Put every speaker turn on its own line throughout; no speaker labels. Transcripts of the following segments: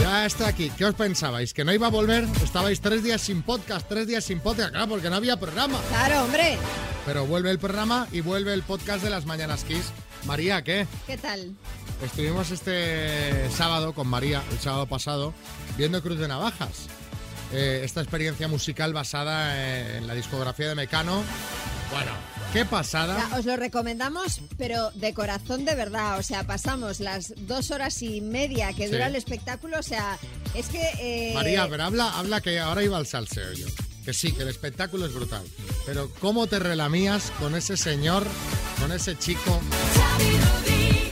Ya está aquí. ¿Qué os pensabais? ¿Que no iba a volver? Estabais tres días sin podcast, tres días sin podcast, claro, porque no había programa.
Claro, hombre.
Pero vuelve el programa y vuelve el podcast de las Mañanas Kiss. María, ¿qué?
¿Qué tal?
Estuvimos este sábado con María, el sábado pasado, viendo Cruz de Navajas. Eh, esta experiencia musical basada en la discografía de Mecano. Bueno, qué pasada.
Ya, os lo recomendamos, pero de corazón de verdad. O sea, pasamos las dos horas y media que dura
Sí.
el espectáculo. O sea, es que. eh,
María, pero habla, habla que ahora iba al salseo yo. Que sí, que el espectáculo es brutal. Pero ¿cómo te relamías con ese señor, con ese chico,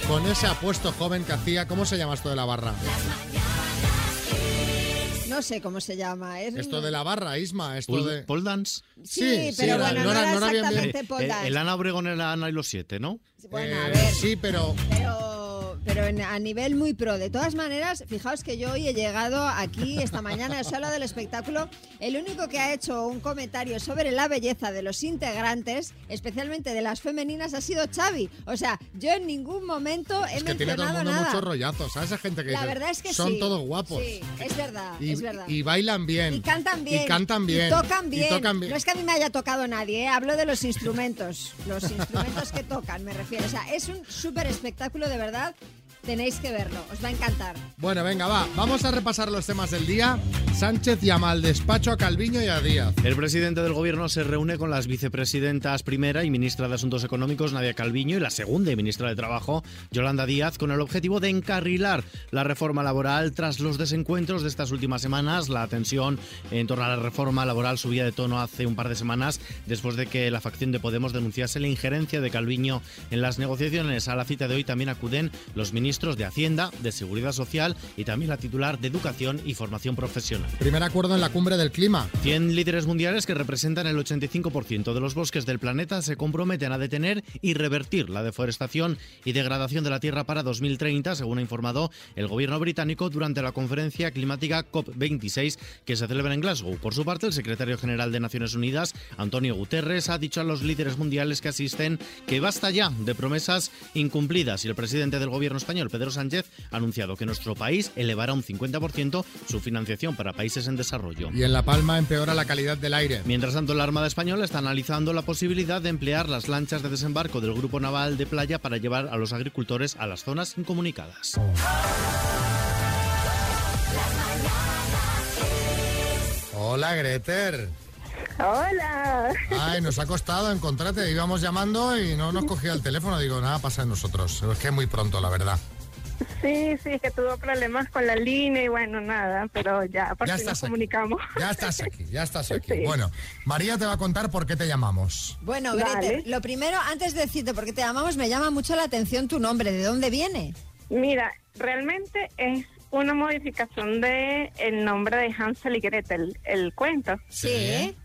con ese apuesto joven que hacía? ¿Cómo se llama esto de la barra?
No sé cómo se llama. Es,
Esto de la barra, Isma, ¿eh? esto
Pole,
de...
pole dance.
Sí, pero
era-
bueno, no
era-
era
no era bien- bien-
exactamente pole
el,
dance.
Eh, el Ana Obregón, el Ana y los siete, ¿no?
Bueno, a
Eh,
ver.
Sí, pero
Pero, pero en- a nivel muy pro. De todas maneras, fijaos que yo hoy he llegado aquí esta mañana a sala del espectáculo. El único que ha hecho un comentario sobre la belleza de los integrantes, especialmente de las femeninas, ha sido Xavi. O sea, yo en ningún momento he
es que tiene
mencionado
todo el mundo
nada.
muchos rollazos. A esa gente que
La
dice,
verdad es que
son
sí.
todos guapos.
Sí, es verdad,
Y,
es verdad.
y bailan bien.
Y cantan bien.
Y cantan bien.
Y tocan bien.
Y tocan bien.
No es que a mí me haya tocado nadie, ¿eh? hablo de los instrumentos. Los instrumentos que tocan, me refiero. O sea, es un súper espectáculo, de verdad. Tenéis que verlo, os va a encantar.
Bueno, venga, va. Vamos a repasar los temas del día. Sánchez llama al despacho a Calviño y a Díaz.
El presidente del gobierno se reúne con las vicepresidentas primera y ministra de Asuntos Económicos, Nadia Calviño, y la segunda y ministra de Trabajo, Yolanda Díaz, con el objetivo de encarrilar la reforma laboral tras los desencuentros de estas últimas semanas. La tensión en torno a la reforma laboral subía de tono hace un par de semanas después de que la facción de Podemos denunciase la injerencia de Calviño en las negociaciones. A la cita de hoy también acuden los ministros de Hacienda, de Seguridad Social y también la titular de Educación y Formación Profesional.
Primer acuerdo en la cumbre del clima.
100 líderes mundiales que representan el 85% de los bosques del planeta se comprometen a detener y revertir la deforestación y degradación de la Tierra para 2030, según ha informado el gobierno británico durante la conferencia climática COP26 que se celebra en Glasgow. Por su parte, el secretario general de Naciones Unidas, Antonio Guterres, ha dicho a los líderes mundiales que asisten que basta ya de promesas incumplidas y el presidente del gobierno español, Pedro Sánchez, ha anunciado que nuestro país elevará un 50% su financiación para países en desarrollo.
Y en La Palma empeora la calidad del aire.
Mientras tanto, la Armada Española está analizando la posibilidad de emplear las lanchas de desembarco del Grupo Naval de Playa para llevar a los agricultores a las zonas incomunicadas.
Hola, Greter.
Hola.
Ay, nos ha costado encontrarte. Íbamos llamando y no nos cogía el teléfono. Digo, nada, pasa en nosotros. Es que es muy pronto, la verdad.
Sí, sí, es que tuvo problemas con la línea y bueno, nada, pero ya, por
Ya
fin
estás
nos
aquí.
comunicamos.
Ya estás aquí, ya estás aquí.
Sí.
Bueno, María te va a contar por qué te llamamos.
Bueno,
Vale.
Grete, lo primero, antes de decirte por qué te llamamos, me llama mucho la atención tu nombre. ¿De dónde viene?
Mira, realmente es una modificación de el nombre de Hansel y Gretel, el cuento.
Sí.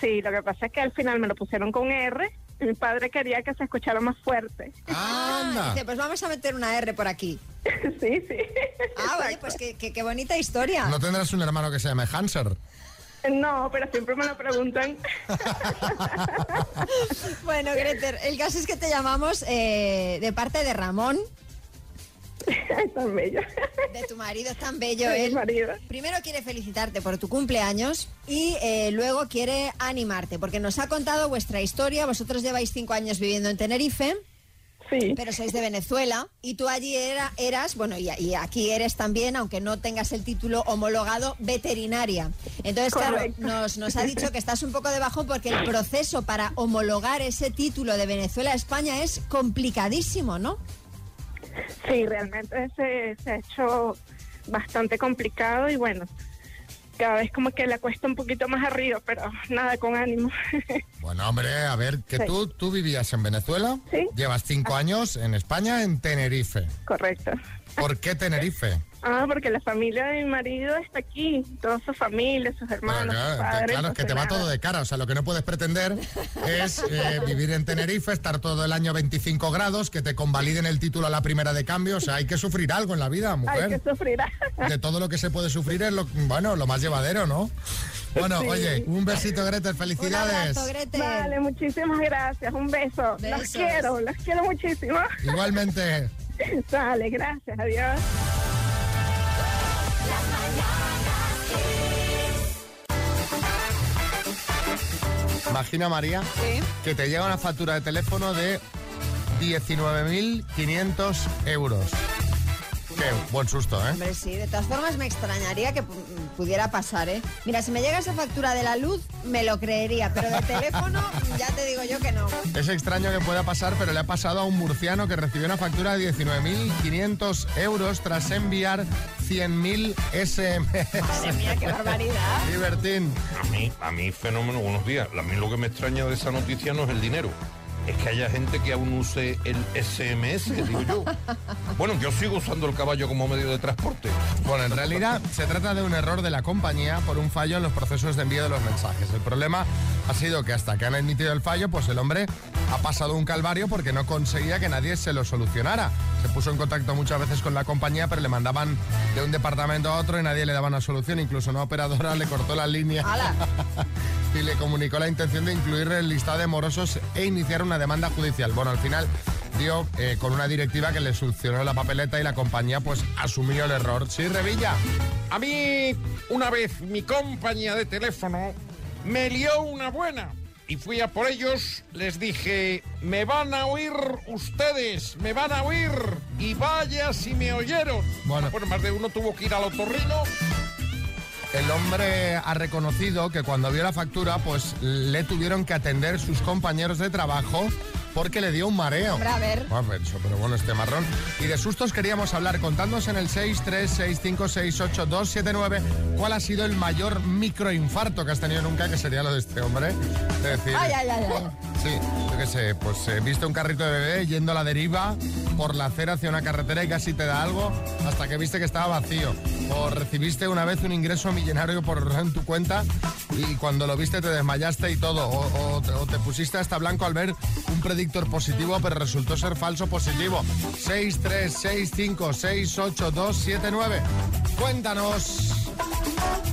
Sí, lo que pasa es que al final me lo pusieron con R. Mi padre quería que se escuchara más fuerte.
Anda.
Dice, pues vamos a meter una R por aquí.
sí, sí.
Ah, vale, pues qué, qué- qué bonita historia.
¿No tendrás un hermano que se llame Hanser?
No, pero siempre me lo preguntan.
Bueno, Greter, el caso es que te llamamos eh, de parte de Ramón,
Ay, Tan bello.
de tu marido, es tan bello
De mi
él.
marido.
Primero quiere felicitarte por tu cumpleaños y eh, luego quiere animarte, porque nos ha contado vuestra historia. Vosotros lleváis cinco años viviendo en Tenerife,
Sí.
pero sois de Venezuela y tú allí era- eras, bueno, y, y aquí eres también, aunque no tengas el título homologado, veterinaria. Entonces, claro,
Correcto.
nos, nos ha dicho que estás un poco debajo porque el proceso para homologar ese título de Venezuela a España es complicadísimo, ¿no?
Sí, realmente se, se ha hecho bastante complicado y bueno, cada vez como que la cuesta un poquito más arriba, pero nada, con ánimo.
Bueno, hombre, a ver, que
Sí.
tú, tú vivías en Venezuela,
Sí. Ah.
llevas cinco años en España, en Tenerife.
Correcto.
¿Por qué Tenerife?
Ah, porque la familia de mi marido está aquí, toda su familia, sus hermanos,
Bueno,
sus
claro, Ah, te-
padres.
claro, es que te va todo de cara. O sea, lo que no puedes pretender es eh, vivir en Tenerife, estar todo el año 25 grados, que te convaliden el título a la primera de cambio. O sea, hay que sufrir algo en la vida,
Hay que
mujer.
sufrir.
De todo lo que se puede sufrir es lo, bueno, lo más llevadero, ¿no? Bueno,
Sí.
oye, un besito, Gretel.
Un
Felicidades.
abrazo, Gretel.
Vale, muchísimas gracias. Un beso. Los
Besos.
quiero, los quiero muchísimo.
Igualmente.
Vale, gracias. Adiós.
Imagina, María,
Sí.
que te llega una factura de teléfono de 19.500 euros. Qué buen susto, ¿eh?
Hombre, sí, de todas formas me extrañaría que pu- pudiera pasar, ¿eh? Mira, si me llega esa factura de la luz, me lo creería, pero de teléfono ya te digo yo que no.
Es extraño que pueda pasar, pero le ha pasado a un murciano que recibió una factura de 19.500 euros tras enviar 100.000 SMS.
Madre mía, qué barbaridad.
Libertín.
A mí, a mí fenómeno, buenos días. A mí lo que me extraña de esa noticia no es el dinero. Es que haya gente que aún use el SMS, digo yo. Bueno, yo sigo usando el caballo como medio de transporte.
Bueno, en realidad se trata de un error de la compañía por un fallo en los procesos de envío de los mensajes. El problema ha sido que hasta que han admitido el fallo, pues el hombre ha pasado un calvario porque no conseguía que nadie se lo solucionara. Se puso en contacto muchas veces con la compañía, pero le mandaban de un departamento a otro y nadie le daba una solución. Incluso una operadora le cortó la línea.
Hala.
y le comunicó la intención de incluir en el listado de morosos e iniciar una demanda judicial. Bueno, al final dio eh, con una directiva que le solucionó la papeleta y la compañía pues asumió el error. Sí, Revilla.
A mí, una vez, mi compañía de teléfono me lió una buena. Y fui a por ellos, les dije, me van a oír ustedes, me van a oír. Y vaya si me oyeron.
Bueno.
bueno más de uno tuvo que ir al otorrino.
El hombre ha reconocido que cuando vio la factura pues le tuvieron que atender sus compañeros de trabajo porque le dio un mareo.
Hombre, a ver.
Ah, pero eso, pero bueno, este marrón. Y de sustos queríamos hablar. Contadnos en el 636568279 cuál ha sido el mayor microinfarto que has tenido nunca, que sería lo de este hombre. Es decir,
Ay, ay, ay, ay.
Sí, yo qué sé, pues eh, viste un carrito de bebé yendo a la deriva por la acera hacia una carretera y casi te da algo hasta que viste que estaba vacío. O recibiste una vez un ingreso millonario por en tu cuenta y cuando lo viste te desmayaste y todo. O, o te, o te pusiste hasta blanco al ver un predictor positivo pero resultó ser falso positivo. 636568279. Cuéntanos.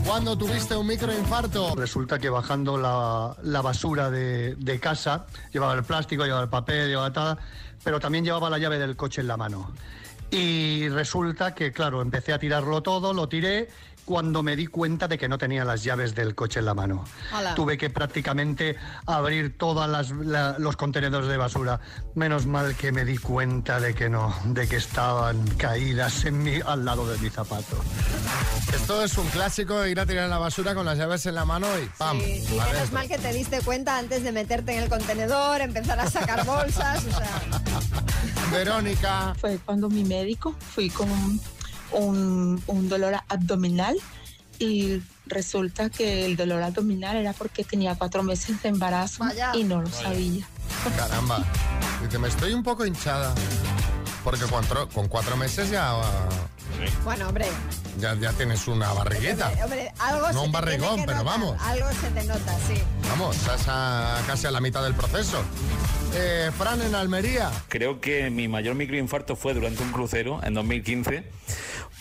¿Cuándo tuviste un microinfarto?
Resulta que bajando la, la basura de, de casa, llevaba el plástico, llevaba el papel, llevaba tal, pero también llevaba la llave del coche en la mano. Y resulta que, claro, empecé a tirarlo todo, lo tiré cuando me di cuenta de que no tenía las llaves del coche en la mano.
Ala.
Tuve que prácticamente abrir todos los contenedores de basura. Menos mal que me di cuenta de que no, de que estaban caídas en mi, al lado de mi zapato.
Esto es un clásico, ir a tirar la basura con las llaves en la mano y ¡pam!
Sí, y
A ver.
eh, menos mal que te diste cuenta antes de meterte en el contenedor, empezar a sacar bolsas, o sea,
Verónica,
fue cuando mi médico fui con un, un dolor abdominal y resulta que el dolor abdominal era porque tenía cuatro meses de embarazo
Vaya.
y no lo sabía.
caramba. Dice, me estoy un poco hinchada. Porque cuatro- con cuatro meses ya,
bueno, hombre, Eh,
ya, ya tienes una barriguita.
hombre, algo
No
se
un
te tiene
barrigón,
que
pero
notar,
vamos.
Algo se te nota, sí.
Vamos, estás a- casi a la mitad del proceso. Eh, Fran en Almería.
Creo que mi mayor microinfarto fue durante un crucero en 2015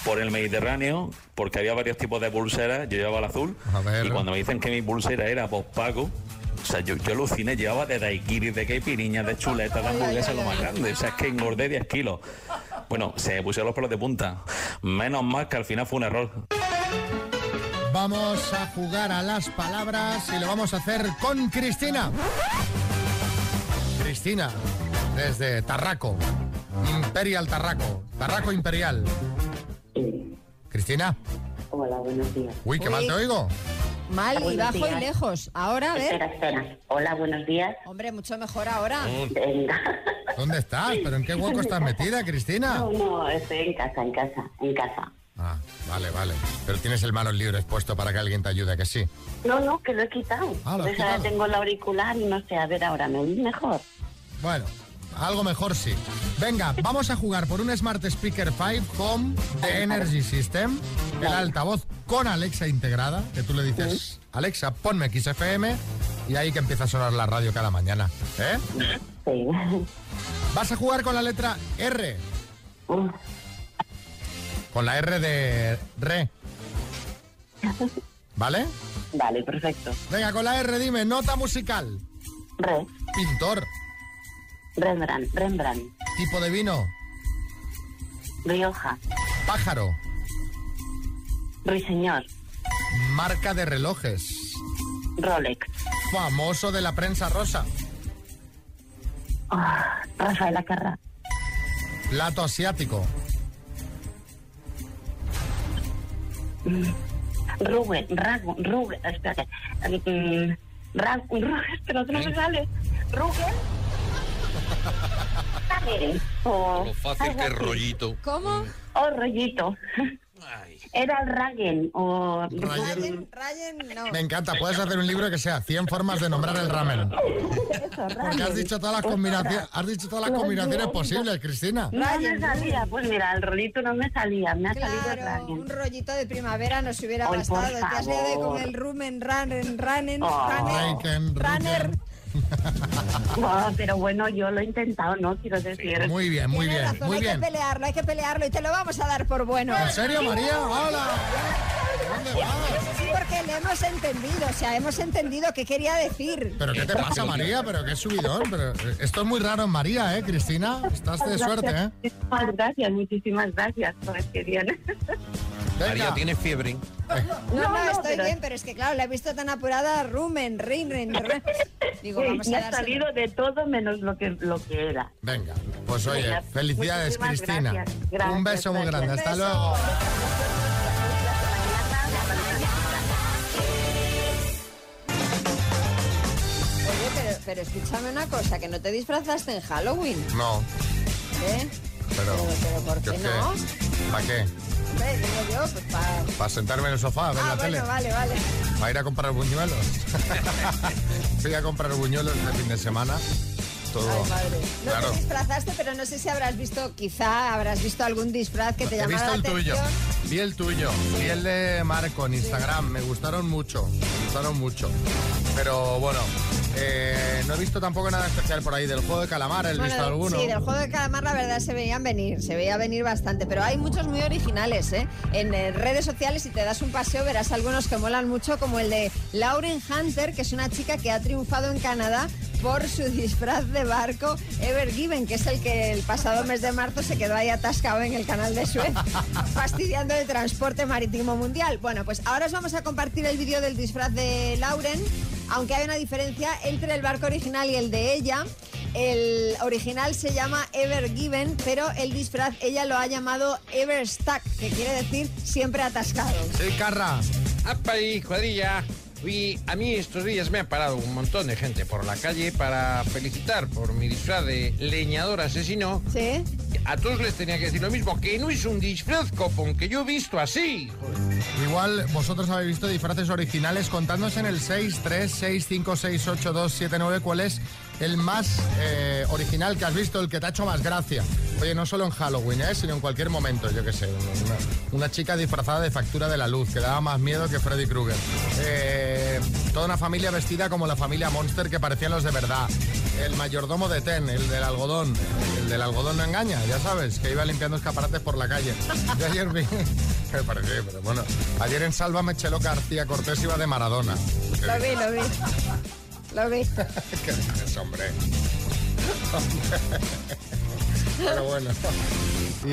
por el Mediterráneo, porque había varios tipos de pulseras, yo llevaba el azul,
A ver.
y cuando me dicen que mi pulsera era pospago, o sea, yo, yo aluciné, llevaba de daiquiris, de caipiriñas, de chuletas, de hamburguesas, lo más grande, o sea, es que engordé 10 kilos. Bueno, se me pusieron los pelos de punta. Menos mal que al final fue un error.
Vamos a jugar a las palabras y lo vamos a hacer con Cristina. Cristina, desde Tarraco. Imperial Tarraco. Tarraco Imperial. Cristina.
Hola, buenos días.
Uy, qué
Uy.
mal te oigo.
Mal y
Buenos
bajo y
días.
lejos. Ahora, a ver,
Espera, espera. Hola, buenos días.
hombre, mucho mejor ahora.
Mm.
Venga.
¿Dónde estás? ¿Pero en qué hueco estás metida, Cristina?
No, no, estoy en casa, en casa, en casa.
Ah, vale, vale. Pero tienes el manos libres puesto para que alguien te ayude, que sí.
No, no, que lo he quitado.
Ah, lo has
Pues ahora
quitado.
tengo el auricular y no sé, a ver, ahora me oís mejor.
Bueno, algo mejor sí. Venga, vamos a jugar por un Smart Speaker 5 Home de Energy System, el altavoz con Alexa integrada, que tú le dices, Alexa, ponme XFM y ahí que empieza a sonar la radio cada mañana. ¿Eh?
Sí.
Vas a jugar con la letra R,
Uf,
con la R de re. ¿Vale?
Vale, perfecto.
Venga, con la R, dime, nota musical.
Re,
Pintor.
Rembrandt, Rembrandt,
Tipo de vino.
Rioja,
Pájaro.
Ruiseñor,
Marca de relojes.
Rolex,
Famoso de la prensa rosa.
Ah, Rafael Acarra,
Plato asiático.
Ruge, Rago, Ruge, espérate, mm, Ra- Ruge, es que no se
¿Eh?
me sale, Ruge, Sale, o-
Lo fácil que es rollito.
¿Cómo?
o rollito, Oh, era el Ragen, o
Rayen.
Rayen, Rayen, no.
Me encanta, puedes hacer un libro que sea 100 formas de nombrar el ramen.
eso,
Porque has
Ragen.
dicho todas las combinaciones, has dicho todas las combinaciones posibles, Cristina.
No me salía, pues mira, el rollito no me salía, me ha salido el
Claro,
Ragen.
un rollito de primavera nos hubiera
Ay, por
bastado. Te has liado ahí con
favor.
el rumen, ranen, ranen,
Oh.
ranen,
Raken,
runner.
Raken.
No, Ah, pero bueno, yo lo he intentado, ¿no? Quiero decir.
Muy bien, muy
Tienes
bien,
razón,
muy
hay
bien.
que pelearlo, hay que pelearlo y te lo vamos a dar por bueno.
¿En serio, María? ¡Hola! ¿Dónde vas?
Sí, porque le hemos entendido, o sea, hemos entendido qué quería decir.
¿Pero qué te pasa, María? ¿Pero qué subidón? Pero eh, esto es muy raro en María, ¿eh, Cristina? Estás de suerte, ¿eh?
Muchísimas gracias, muchísimas gracias por este día.
María
Venga,
tiene fiebre.
No, no,
No, no,
estoy
pero-
bien, pero es que claro, la he visto tan apurada, rumen, rimen, ren. Digo, vamos
me
a
ha
dar.
salido de todo menos lo que, lo que era.
venga. Pues oye,
Venga,
felicidades,
muchísimas
Cristina.
gracias. Gracias,
Un beso muy grande.
gracias.
Hasta
Un beso.
luego.
Oye, pero, pero escúchame una cosa, que no te disfrazaste en Halloween,
No,
¿eh?
pero...
pero ¿por
yo
qué no?
¿Para qué?
Hombre, digo yo, pues para...
¿Para sentarme en el sofá a ver
Ah,
la
bueno,
tele?
vale, vale.
¿Para ir a comprar buñuelos? Fui a comprar buñuelos este fin de semana. Todo.
Ay, madre. No
Claro.
te disfrazaste, pero no sé si habrás visto, quizá habrás visto algún disfraz que te
He
llamara
visto
la
el tuyo.
atención.
Vi el tuyo. Vi el de Marco en Instagram. Me gustaron mucho. Me gustaron mucho. Pero bueno, eh, no he visto tampoco nada especial por ahí del juego de calamar. ¿Has visto
Bueno,
alguno?
Sí, del juego de calamar la verdad se veían venir, se veía venir bastante, pero hay muchos muy originales, ¿eh? En eh, redes sociales si te das un paseo verás algunos que molan mucho, como el de Lauren Hunter, que es una chica que ha triunfado en Canadá por su disfraz de barco Ever Given, que es el que el pasado mes de marzo se quedó ahí atascado en el canal de Suez, fastidiando el transporte marítimo mundial. Bueno, pues ahora os vamos a compartir el vídeo del disfraz de Lauren, aunque hay una diferencia entre el barco original y el de ella. El original se llama Ever Given, pero el disfraz ella lo ha llamado Ever Stuck, que quiere decir siempre atascado.
Sí, Carra.
Apa ahí, cuadrilla. Y a mí estos días me ha parado un montón de gente por la calle para felicitar por mi disfraz de leñador asesino.
¿Sí?
A todos les tenía que decir lo mismo, que no es un disfraz, copón, que yo he visto así. Joder.
Igual vosotros habéis visto disfraces originales. Contadnos en el 636568279 cuál es el más eh, original que has visto, el que te ha hecho más gracia. Oye, no solo en Halloween, ¿eh? sino en cualquier momento, yo qué sé. Una, una chica disfrazada de factura de la luz, que daba más miedo que Freddy Krueger. Eh, toda una familia vestida como la familia Monster que parecían los de verdad. El mayordomo de Ten, el del algodón. El del algodón no engaña, ya sabes, que iba limpiando escaparates por la calle. Yo ayer vi... Me pareció, pero bueno. Ayer en Sálvame, Chelo García Cortés iba de Maradona.
Lo vi, lo vi. Lo vi.
¿Qué dices, hombre? Pero bueno. Y...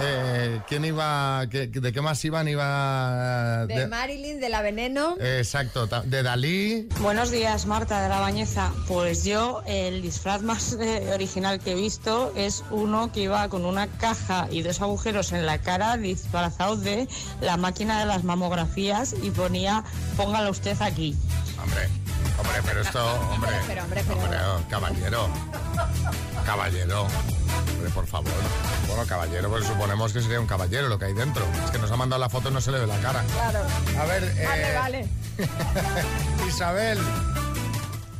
eh, ¿Quién iba? qué- ¿De qué más iban? Iba...
De
de-
Marilyn, de la Veneno.
eh, exacto, ta- de Dalí.
Buenos días, Marta de la Bañeza. Pues yo, el disfraz más eh, original que he visto es uno que iba con una caja y dos agujeros en la cara disfrazado de la máquina de las mamografías y ponía, póngalo usted aquí.
Hombre, hombre, pero esto... Hombre,
Pero, hombre, pero-
hombre, oh, caballero. Caballero. Hombre, por favor. Bueno, caballero, pues suponemos que sería un caballero lo que hay dentro. Es que nos ha mandado la foto y no se le ve la cara.
Claro.
A ver, eh,
Vale, vale.
Isabel.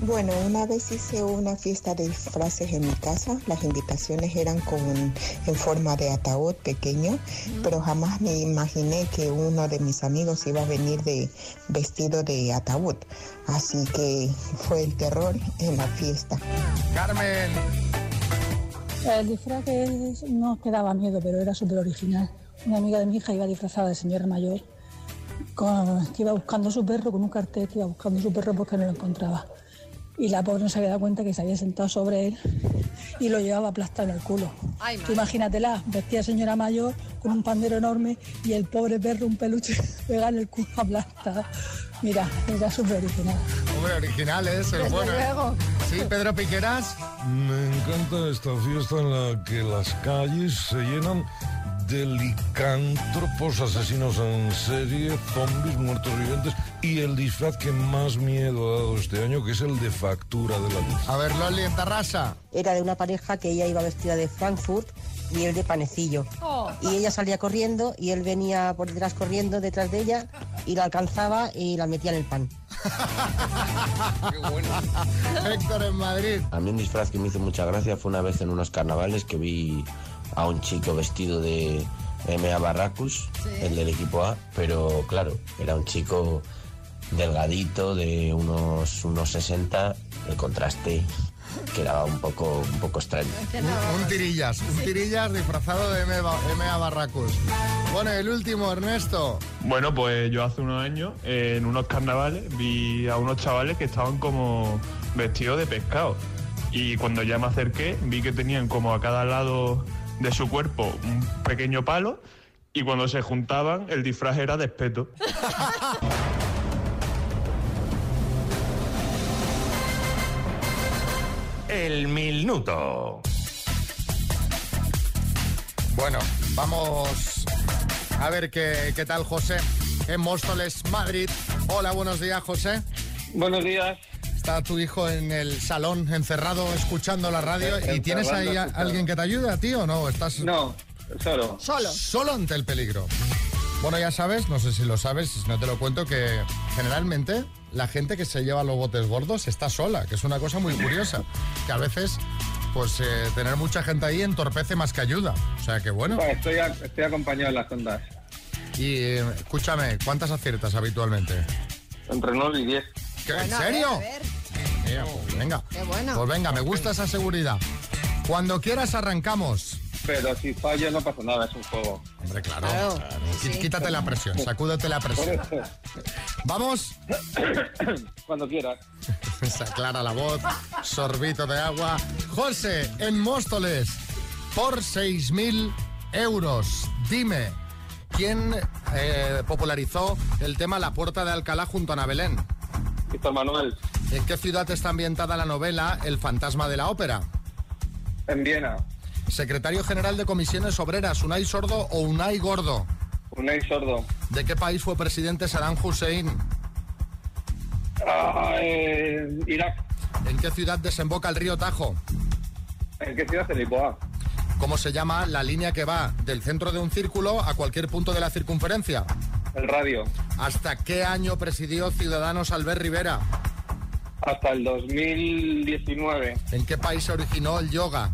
Bueno, una vez hice una fiesta de disfraces en mi casa. Las invitaciones eran con, en forma de ataúd pequeño, pero jamás me imaginé que uno de mis amigos iba a venir de vestido de ataúd. Así que fue el terror en la fiesta.
Carmen.
El disfraz que es- no es que daba miedo, pero era súper original. Una amiga de mi hija iba disfrazada de señora mayor con- que iba buscando su perro, con un cartel que iba buscando su perro porque no lo encontraba. Y la pobre no se había dado cuenta que se había sentado sobre él y lo llevaba aplastado en el culo.
Ay,
Tú imagínatela, vestida señora mayor con un pandero enorme y el pobre perro, un peluche, pegado en el culo aplastado. Mira, era súper original.
Hombre, original es el
Desde
bueno. ¿eh?
luego.
Sí, Pedro Piqueras.
Me encanta esta fiesta en la que las calles se llenan de licántropos, asesinos en serie, zombies, muertos vivientes y el disfraz que más miedo ha dado este año, que es el de factura de la luz.
A ver, Loli en Tarrasa.
Era de una pareja que ella iba vestida de Frankfurt y él de panecillo.
Oh.
Y ella salía corriendo y él venía por detrás corriendo detrás de ella y la alcanzaba y la metía en el pan.
Héctor en Madrid.
A mí un disfraz que me hizo mucha gracia fue una vez en unos carnavales que vi a un chico vestido de M.A. Barracus, el del equipo A, pero claro, era un chico delgadito, de unos, unos 60, el contraste quedaba un poco, un poco extraño.
Un, un tirillas, un tirillas disfrazado de M.A. Barracus. Bueno, el último, Ernesto.
Bueno, pues yo hace unos años, eh, en unos carnavales, vi a unos chavales que estaban como vestidos de pescado. Y cuando ya me acerqué, vi que tenían como a cada lado de su cuerpo un pequeño palo. Y cuando se juntaban, el disfraz era de espeto.
El minuto.
Bueno, vamos a ver qué, qué tal José en Móstoles, Madrid. Hola, buenos días, José.
Buenos días.
Está tu hijo en el salón, encerrado, escuchando la radio.
Eh,
¿Y tienes
encerrando,
ahí a-
escuchando.
alguien que te ayuda, tío, o no? ¿Estás...
No, solo.
Solo. Solo ante el peligro. Bueno, ya sabes, no sé si lo sabes, si no te lo cuento, que generalmente la gente que se lleva los botes gordos está sola, que es una cosa muy curiosa. Que a veces, pues, eh, tener mucha gente ahí entorpece más que ayuda. O sea, que bueno.
Bueno, estoy, a- estoy acompañado en las ondas.
Y eh, escúchame, ¿cuántas aciertas habitualmente?
Entre 9 y 10.
¿Qué, ¿En
Bueno, a ver,
serio?
a ver.
Mira, pues venga.
Qué bueno.
Pues venga, me gusta esa seguridad. Cuando quieras arrancamos.
Pero si fallo no pasa nada, es un juego.
Hombre, claro. Quí- Quítate la presión, sacúdate la presión. Vamos.
Cuando quieras.
Se aclara la voz, sorbito de agua. José, en Móstoles, por 6.000 euros. Dime, ¿quién eh, popularizó el tema La Puerta de Alcalá junto a Ana Belén?
Víctor Manuel,
¿En qué ciudad está ambientada la novela El fantasma de la ópera?
en Viena.
Secretario General de Comisiones Obreras, ¿Unai Sordo o Unai Gordo?
Unai Sordo.
¿De qué país fue presidente Saddam Hussein?
Ah, eh, Irak.
¿En qué ciudad desemboca el río Tajo?
¿En qué ciudad? En Lisboa.
¿Cómo se llama la línea que va del centro de un círculo a cualquier punto de la circunferencia?
El radio.
¿Hasta qué año presidió Ciudadanos Albert Rivera?
Hasta el 2019.
¿En qué país se originó el yoga?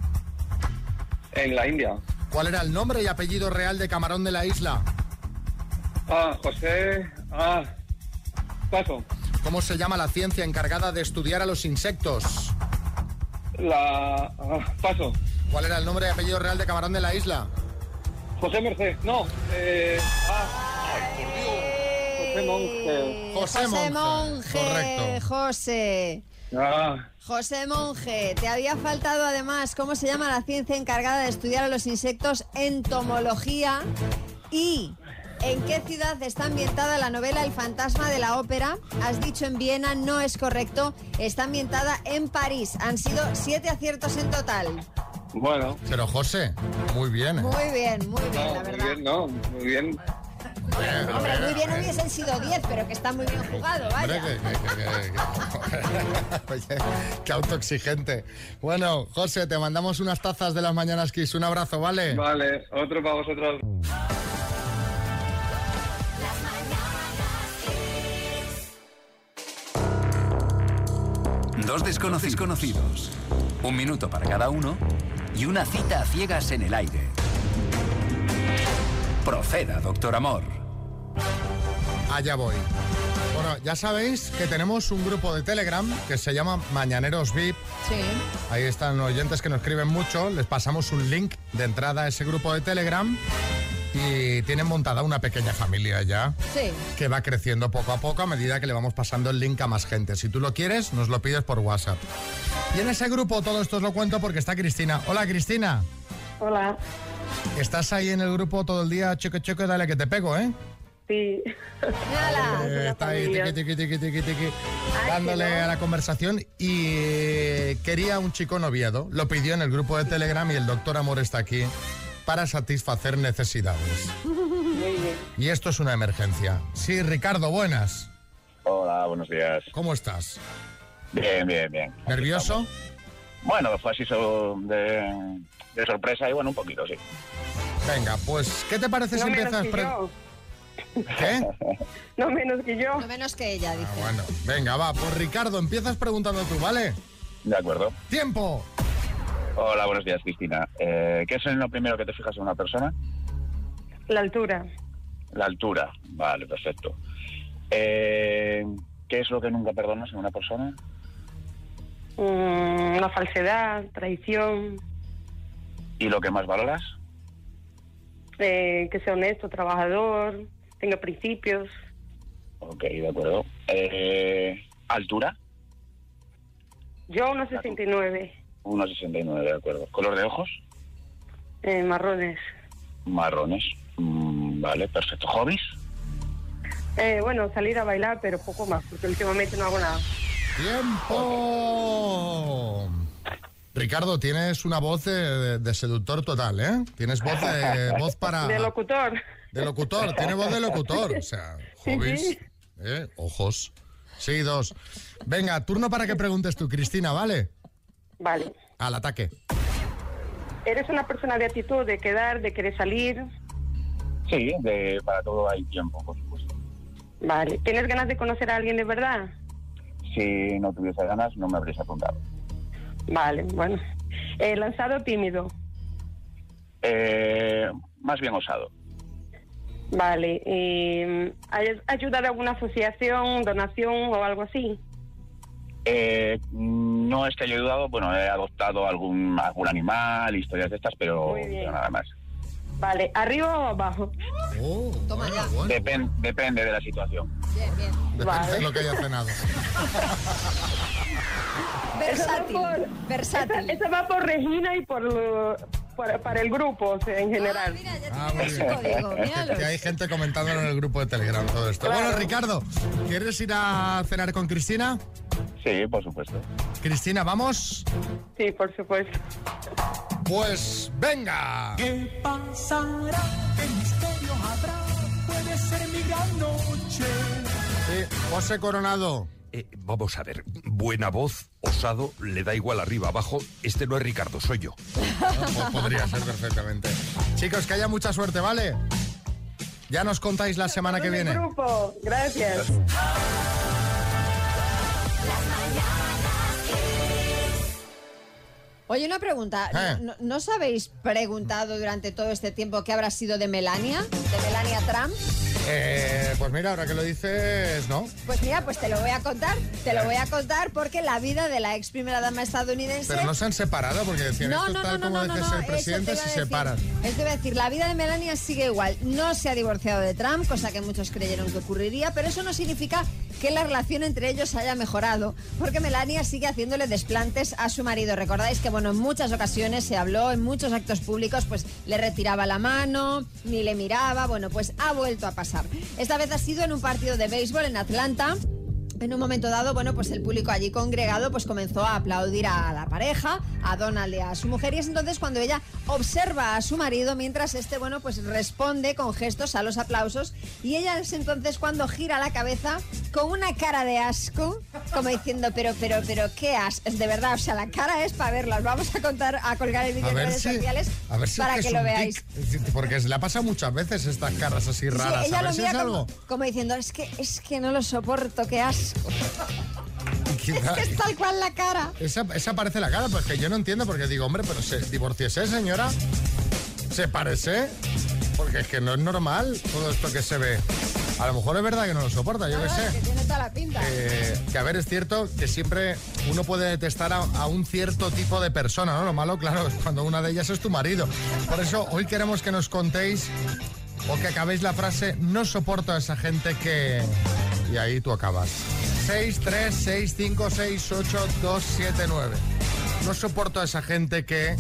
En la India.
¿Cuál era el nombre y apellido real de Camarón de la Isla?
Ah, José. Ah. Paso.
¿Cómo se llama la ciencia encargada de estudiar a los insectos?
La. ah, paso.
¿Cuál era el nombre y apellido real de Camarón de la Isla?
José Merced. No. Eh, José Monge.
Eh.
José Monge.
José Monge.
Correcto.
José.
Ah,
José Monge, te había faltado además cómo se llama la ciencia encargada de estudiar a los insectos, entomología, y en qué ciudad está ambientada la novela El fantasma de la ópera. Has dicho en Viena, no es correcto, está ambientada en París. Han sido siete aciertos en total.
bueno.
Pero José, muy bien. ¿eh?
Muy bien, muy bien, la
Muy
verdad.
bien, no, muy bien.
Hombre, muy bien hubiesen sido diez, pero que está muy bien jugado,
eh. Hombre,
vaya.
que, que- que- que- Oye, qué autoexigente. Bueno, José, te mandamos unas tazas de las mañanas Kiss. Un abrazo, ¿vale?
Vale, otro para vosotros.
Dos desconocidos conocidos, un minuto para cada uno y una cita a ciegas en el aire. Proceda, doctor Amor.
Allá voy. Bueno, ya sabéis que tenemos un grupo de Telegram que se llama Mañaneros VIP.
Sí.
Ahí están los oyentes que nos escriben mucho. Les pasamos un link de entrada a ese grupo de Telegram. y tienen montada una pequeña familia ya.
Sí.
que va creciendo poco a poco a medida que le vamos pasando el link a más gente. Si tú lo quieres, nos lo pides por WhatsApp. Y en ese grupo todo esto os lo cuento porque está Cristina. Hola Cristina,
Hola,
estás ahí en el grupo todo el día, choque choque, dale que te pego, ¿eh?
sí.
Eh, está ahí, tiqui, tiqui, tiqui, tiqui, tiqui, dándole a la conversación y eh, quería un chico noviado. Lo pidió en el grupo de Telegram y el doctor Amor está aquí para satisfacer necesidades.
Muy bien.
Y esto es una emergencia. Sí, Ricardo, buenas.
Hola, buenos días.
¿Cómo estás?
Bien, bien, bien.
¿Nervioso?
Bueno, fue así so- de, de sorpresa y bueno, un poquito, sí.
Venga, pues, ¿qué te parece
No
si
menos
empiezas?
que
pre-
yo.
¿Qué?
No menos que yo.
No menos que ella, dice.
Ah, Bueno, venga, va, pues Ricardo, empiezas preguntando tú, ¿vale?
De acuerdo.
¡Tiempo!
Hola, buenos días, Cristina. Eh, ¿Qué es lo primero que te fijas en una persona?
La altura.
La altura. Vale, perfecto. Eh, ¿Qué es lo que nunca perdonas en una persona?
Mm, la falsedad, traición,
¿Y lo que más valoras?
eh, que sea honesto, trabajador, tenga principios.
Ok, de acuerdo. Eh, ¿Altura?
Yo, 1,69.
1,69, de acuerdo. ¿Color de ojos?
Eh, marrones.
Marrones. Mm, vale, perfecto. ¿Hobbies?
Eh, bueno, salir a bailar, pero poco más, porque últimamente no hago nada.
¡Tiempo! Ricardo, tienes una voz de, de- de seductor total, ¿eh? Tienes voz, de, voz para...
De locutor.
de locutor, tiene voz de locutor, o sea,
Sí,
hobbies,
sí.
¿eh? Ojos. Sí, dos. Venga, turno para que preguntes tú, Cristina, ¿vale?
Vale.
Al ataque.
¿Eres una persona de actitud, de quedar, de querer salir?
Sí, de, para todo hay tiempo, por supuesto.
Vale. ¿Tienes ganas de conocer a alguien de verdad?
Si no tuviese ganas, no me habrías apuntado.
Vale, bueno. Eh, ¿Lanzado o tímido?
Eh, más bien osado.
Vale. eh, ¿Has ayudado a alguna asociación, donación o algo así?
Eh, no es que haya ayudado, bueno, he adoptado algún, algún animal, historias de estas, pero,
Muy bien.
pero Oh, nada más.
Vale. ¿Arriba o abajo?
Toma ya.
Depen- Depende de la situación.
Bien, bien.
Depende de lo que haya cenado.
Versátil.
Esa, esa va por Regina y por, lo- por- para el grupo o sea, en general.
Ah, muy bien. Que hay gente comentándolo en el grupo de Telegram todo esto. Bueno, Ricardo, ¿quieres ir a cenar con Cristina?
Sí, por supuesto.
Cristina, ¿vamos?
Sí, por supuesto.
Pues venga.
¿Qué pasará? ¿Qué misterio habrá? Puede ser mi gran noche.
José Coronado.
Eh, vamos a ver, buena voz, osado, le da igual arriba, abajo. Este no es Ricardo, soy yo.
Pues podría ser perfectamente. Chicos, que haya mucha suerte, ¿vale? Ya nos contáis la semana que viene.
Grupo, gracias.
Oye, una pregunta.
Eh.
¿No, no os habéis preguntado durante todo este tiempo qué habrá sido de Melania? ¿De Melania Trump?
Eh, pues mira, ahora que lo dices, ¿no?
Pues mira, pues te lo voy a contar. Te lo voy a contar porque la vida de la ex primera dama estadounidense...
Pero no se han separado porque decían
No,
esto
no,
es tal
no, no,
como
no,
de que
no,
ser
eso te
presidente
iba a
se
decir.
separan.
Es a decir, la vida de Melania sigue igual. No se ha divorciado de Trump, cosa que muchos creyeron que ocurriría, pero eso no significa que la relación entre ellos haya mejorado, porque Melania sigue haciéndole desplantes a su marido. Recordáis que, bueno, en muchas ocasiones se habló, en muchos actos públicos, pues le retiraba la mano, ni le miraba, bueno, pues ha vuelto a pasar. Esta vez ha sido en un partido de béisbol en Atlanta. En un momento dado, bueno, pues el público allí congregado pues comenzó a aplaudir a la pareja, a Donald y a su mujer, y es entonces cuando ella observa a su marido mientras este, bueno, pues responde con gestos a los aplausos, y ella es entonces cuando gira la cabeza con una cara de asco, como diciendo, pero, pero, pero, ¿qué as? Es de verdad, o sea, la cara es para verlo, os vamos a contar, a colgar el vídeo
A
en
ver
redes
si,
sociales
a ver si
para
es
que
es
lo
un
veáis.
tic, es decir, porque le ha pasado muchas veces estas caras así
Sí,
raras.
ella
a ver
lo
si
mira
es
como,
algo.
como diciendo, es que, es que no lo soporto, qué asco.
Quizá-
Es tal cual la cara.
Esa, esa parece la cara, porque yo no entiendo, porque digo, hombre, pero se divorciese, señora. ¿Se parece? Porque es que no es normal todo esto que se ve. A lo mejor es verdad que no lo soporta, yo qué
Ah,
sé.
Que tiene toda la pinta.
Eh, que a ver, es cierto que siempre uno puede detestar a, a un cierto tipo de persona, ¿no? Lo malo, claro, es cuando una de ellas es tu marido. Por eso hoy queremos que nos contéis O que acabéis la frase, no soporto a esa gente que... Y ahí tú acabas. 6, 3, 6, 5, 6, 8, 2, 7, 9. No soporto a esa gente que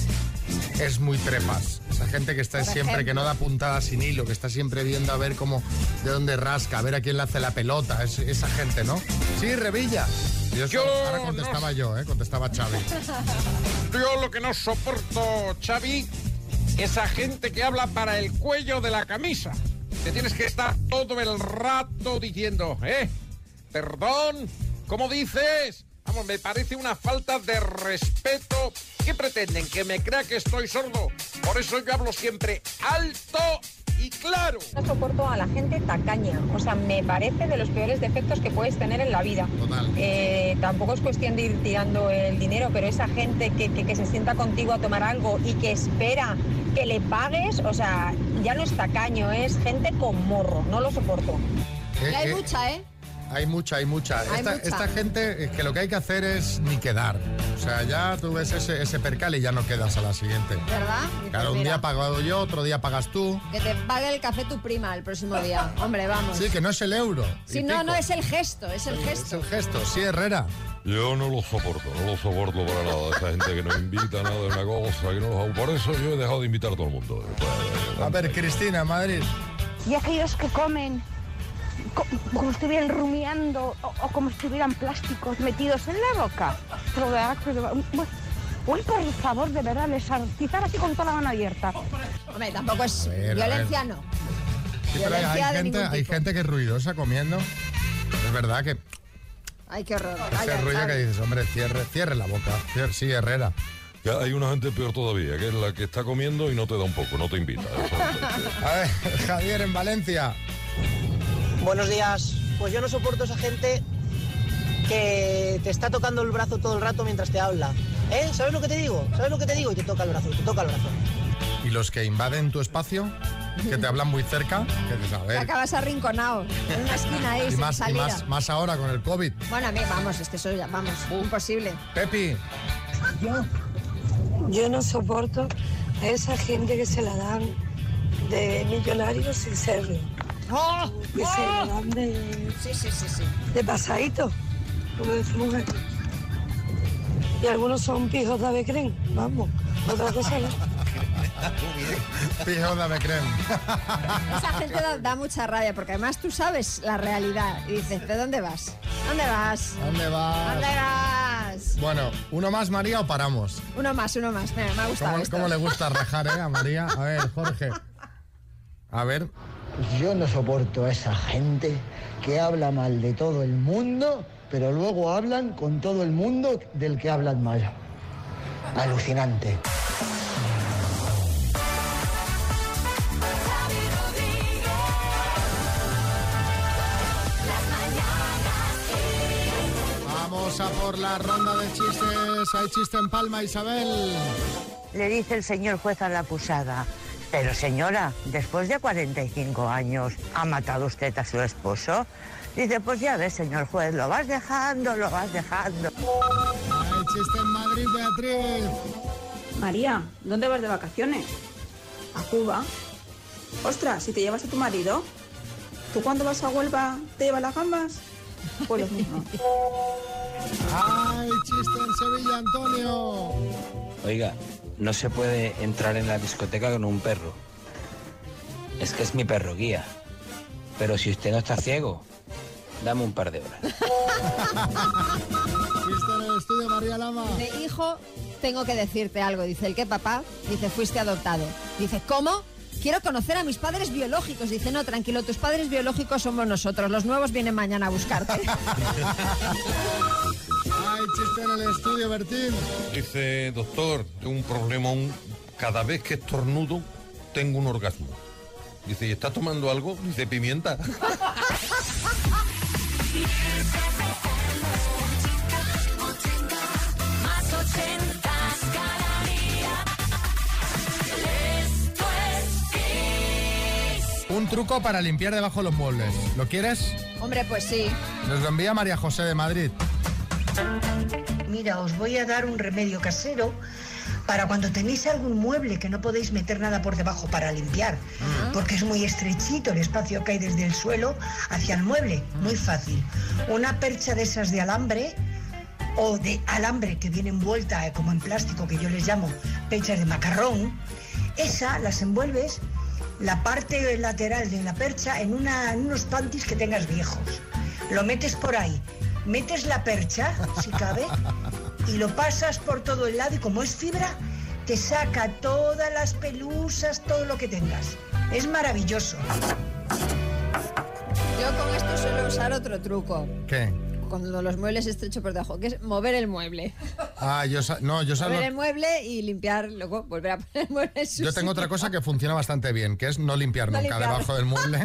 es muy trepas. Esa gente que está
Por
siempre, que no da puntada sin hilo, que está siempre viendo a ver cómo, de dónde rasca, a ver a quién le hace la pelota. Es- esa gente, ¿no? Sí, Revilla. Yo, ahora contestaba yo, ¿eh? contestaba Xavi.
Yo lo que no soporto, Xavi, esa gente que habla para el cuello de la camisa. Te tienes que estar todo el rato diciendo, ¿eh? Perdón, ¿cómo dices? Vamos, me parece una falta de respeto. ¿Qué pretenden? ¿Que me crea que estoy sordo? Por eso yo hablo siempre alto y claro.
No soporto a la gente tacaña, o sea, me parece de los peores defectos que puedes tener en la vida. Eh, tampoco es cuestión de ir tirando el dinero, pero esa gente que, que- que se sienta contigo a tomar algo y que espera que le pagues, o sea, ya no es tacaño, es gente con morro, no lo soporto.
Eh,
Y hay
eh,
mucha, ¿eh?
Hay mucha, hay mucha.
Hay
esta,
mucha.
esta gente eh, que lo que hay que hacer es ni quedar. O sea, ya tú ves ese, ese percal y ya no quedas a la siguiente.
¿Verdad? Dices,
Claro, un
pues mira,
día pagado yo, otro día pagas tú.
Que te pague el café tu prima el próximo día. Hombre, vamos.
Sí, que no es el euro.
Si
Y
no,
pico.
no, es el gesto, es el gesto.
Es el gesto, sí, Herrera.
Yo no lo soporto, no lo soporto para nada. Esa gente que no invita a nada de una cosa, que no los hago. Por eso yo he dejado de invitar a todo el mundo.
A ver, Cristina, Madrid.
Y aquellos que comen co- como si estuvieran rumiando o, o como si tuvieran plásticos metidos en la boca. Pero de asco, de- bu- Uy, por favor, de verdad, les artizar así con toda la mano abierta.
Hombre, tampoco es
ver, a ver.
violencia, no.
Sí, pero hay, hay
Violencia de
gente,
ningún
hay gente que es ruidosa comiendo. Es verdad que
Ay, qué horror. Vaya,
ese ruido
Xavi.
que dices, hombre, cierre, cierre la boca. Cier- sí, Herrera.
Que hay una gente peor todavía, que es la que está comiendo y no te da un poco, no te invita.
A ver, Javier en Valencia.
Buenos días. Pues yo no soporto esa gente que te está tocando el brazo todo el rato mientras te habla. ¿Eh? ¿Sabes lo que te digo? ¿Sabes lo que te digo? Y te toca el brazo, y te toca el brazo.
Y los que invaden tu espacio, que te hablan muy cerca, que dices, a
Te
ver.
acabas arrinconado en una esquina ahí
Y
sin
más, y
salida.
más, Uh. más ahora con el COVID.
Bueno, a mí, vamos, es que eso ya, vamos, imposible.
Pepi,
Yo, yo no soporto a esa gente que se la dan de millonarios sin serlo.
¡Oh!
Que se la dan de, de pasadito, como decimos aquí. Y algunos son pijos de Avecren, vamos, otra cosa no.
pijona me creen.
Esa gente da, da mucha rabia porque además tú sabes la realidad y dices, ¿de dónde vas? ¿Dónde vas?
¿Dónde vas?
¿Dónde vas?
Bueno, ¿uno más, María, o paramos?
Uno más, uno más. Venga, me ha gustado.
¿Cómo,
esto.
cómo le gusta rajar, eh, a María? A ver, Jorge. A ver.
Yo no soporto a esa gente que habla mal de todo el mundo, pero luego hablan con todo el mundo del que hablan mal. Alucinante.
Vamos a por la ronda de chistes. Hay chiste en Palma, Isabel.
Le dice el señor juez a la acusada, pero señora, después de 45 años, ¿ha matado usted a su esposo? Dice, pues ya ves, señor juez, lo vas dejando, lo vas dejando.
Hay chiste en Madrid, Beatriz.
María, ¿dónde vas de vacaciones? A Cuba. Ostras, si te llevas a tu marido, ¿tú cuando vas a Huelva te llevas las gambas? Pues lo mismo.
Hay chiste en Sevilla, Antonio.
Oiga, no se puede entrar en la discoteca con un perro. Es que es mi perro guía. Pero si usted no está ciego, dame un par de horas.
Chiste en el estudio, María Lama.
Dice, hijo, tengo que decirte algo. Dice, ¿el qué, papá? Dice, fuiste adoptado. Dice, ¿cómo? Quiero conocer a mis padres biológicos. Dice, no, tranquilo, tus padres biológicos somos nosotros. Los nuevos vienen mañana a buscarte.
Hay chiste en el estudio, Bertín.
Dice, doctor, tengo un problema. un- Cada vez que estornudo, tengo un orgasmo. Dice, ¿y está tomando algo? Dice, pimienta.
Más ochentas cada día. Esto es Kiss.
Un truco para limpiar debajo los muebles. ¿Lo quieres?
Hombre, pues sí.
Nos lo envía María José de Madrid.
Mira, os voy a dar un remedio casero
para cuando tenéis algún mueble que no podéis meter nada por debajo para limpiar, porque es muy estrechito el espacio que hay desde el suelo hacia el mueble, muy fácil. Una percha de esas de alambre o de alambre que viene envuelta eh, como en plástico que yo les llamo perchas de macarrón, esa las envuelves la parte lateral de la percha en, una- en unos pantis que tengas viejos. Lo metes por ahí, metes la percha, si cabe, y lo pasas por todo el lado y como es fibra, te saca todas las pelusas, todo lo que tengas. Es maravilloso.
Yo con esto suelo usar otro truco.
¿Qué?
Cuando los muebles estrecho por debajo, que es mover el mueble.
Ah, yo sa- no, yo
Mover el
sabes.
mueble y limpiar, luego volver a poner el mueble en su
Yo tengo
sitio.
otra cosa que funciona bastante bien, que es no limpiar
No
nunca
limpiar.
debajo del mueble.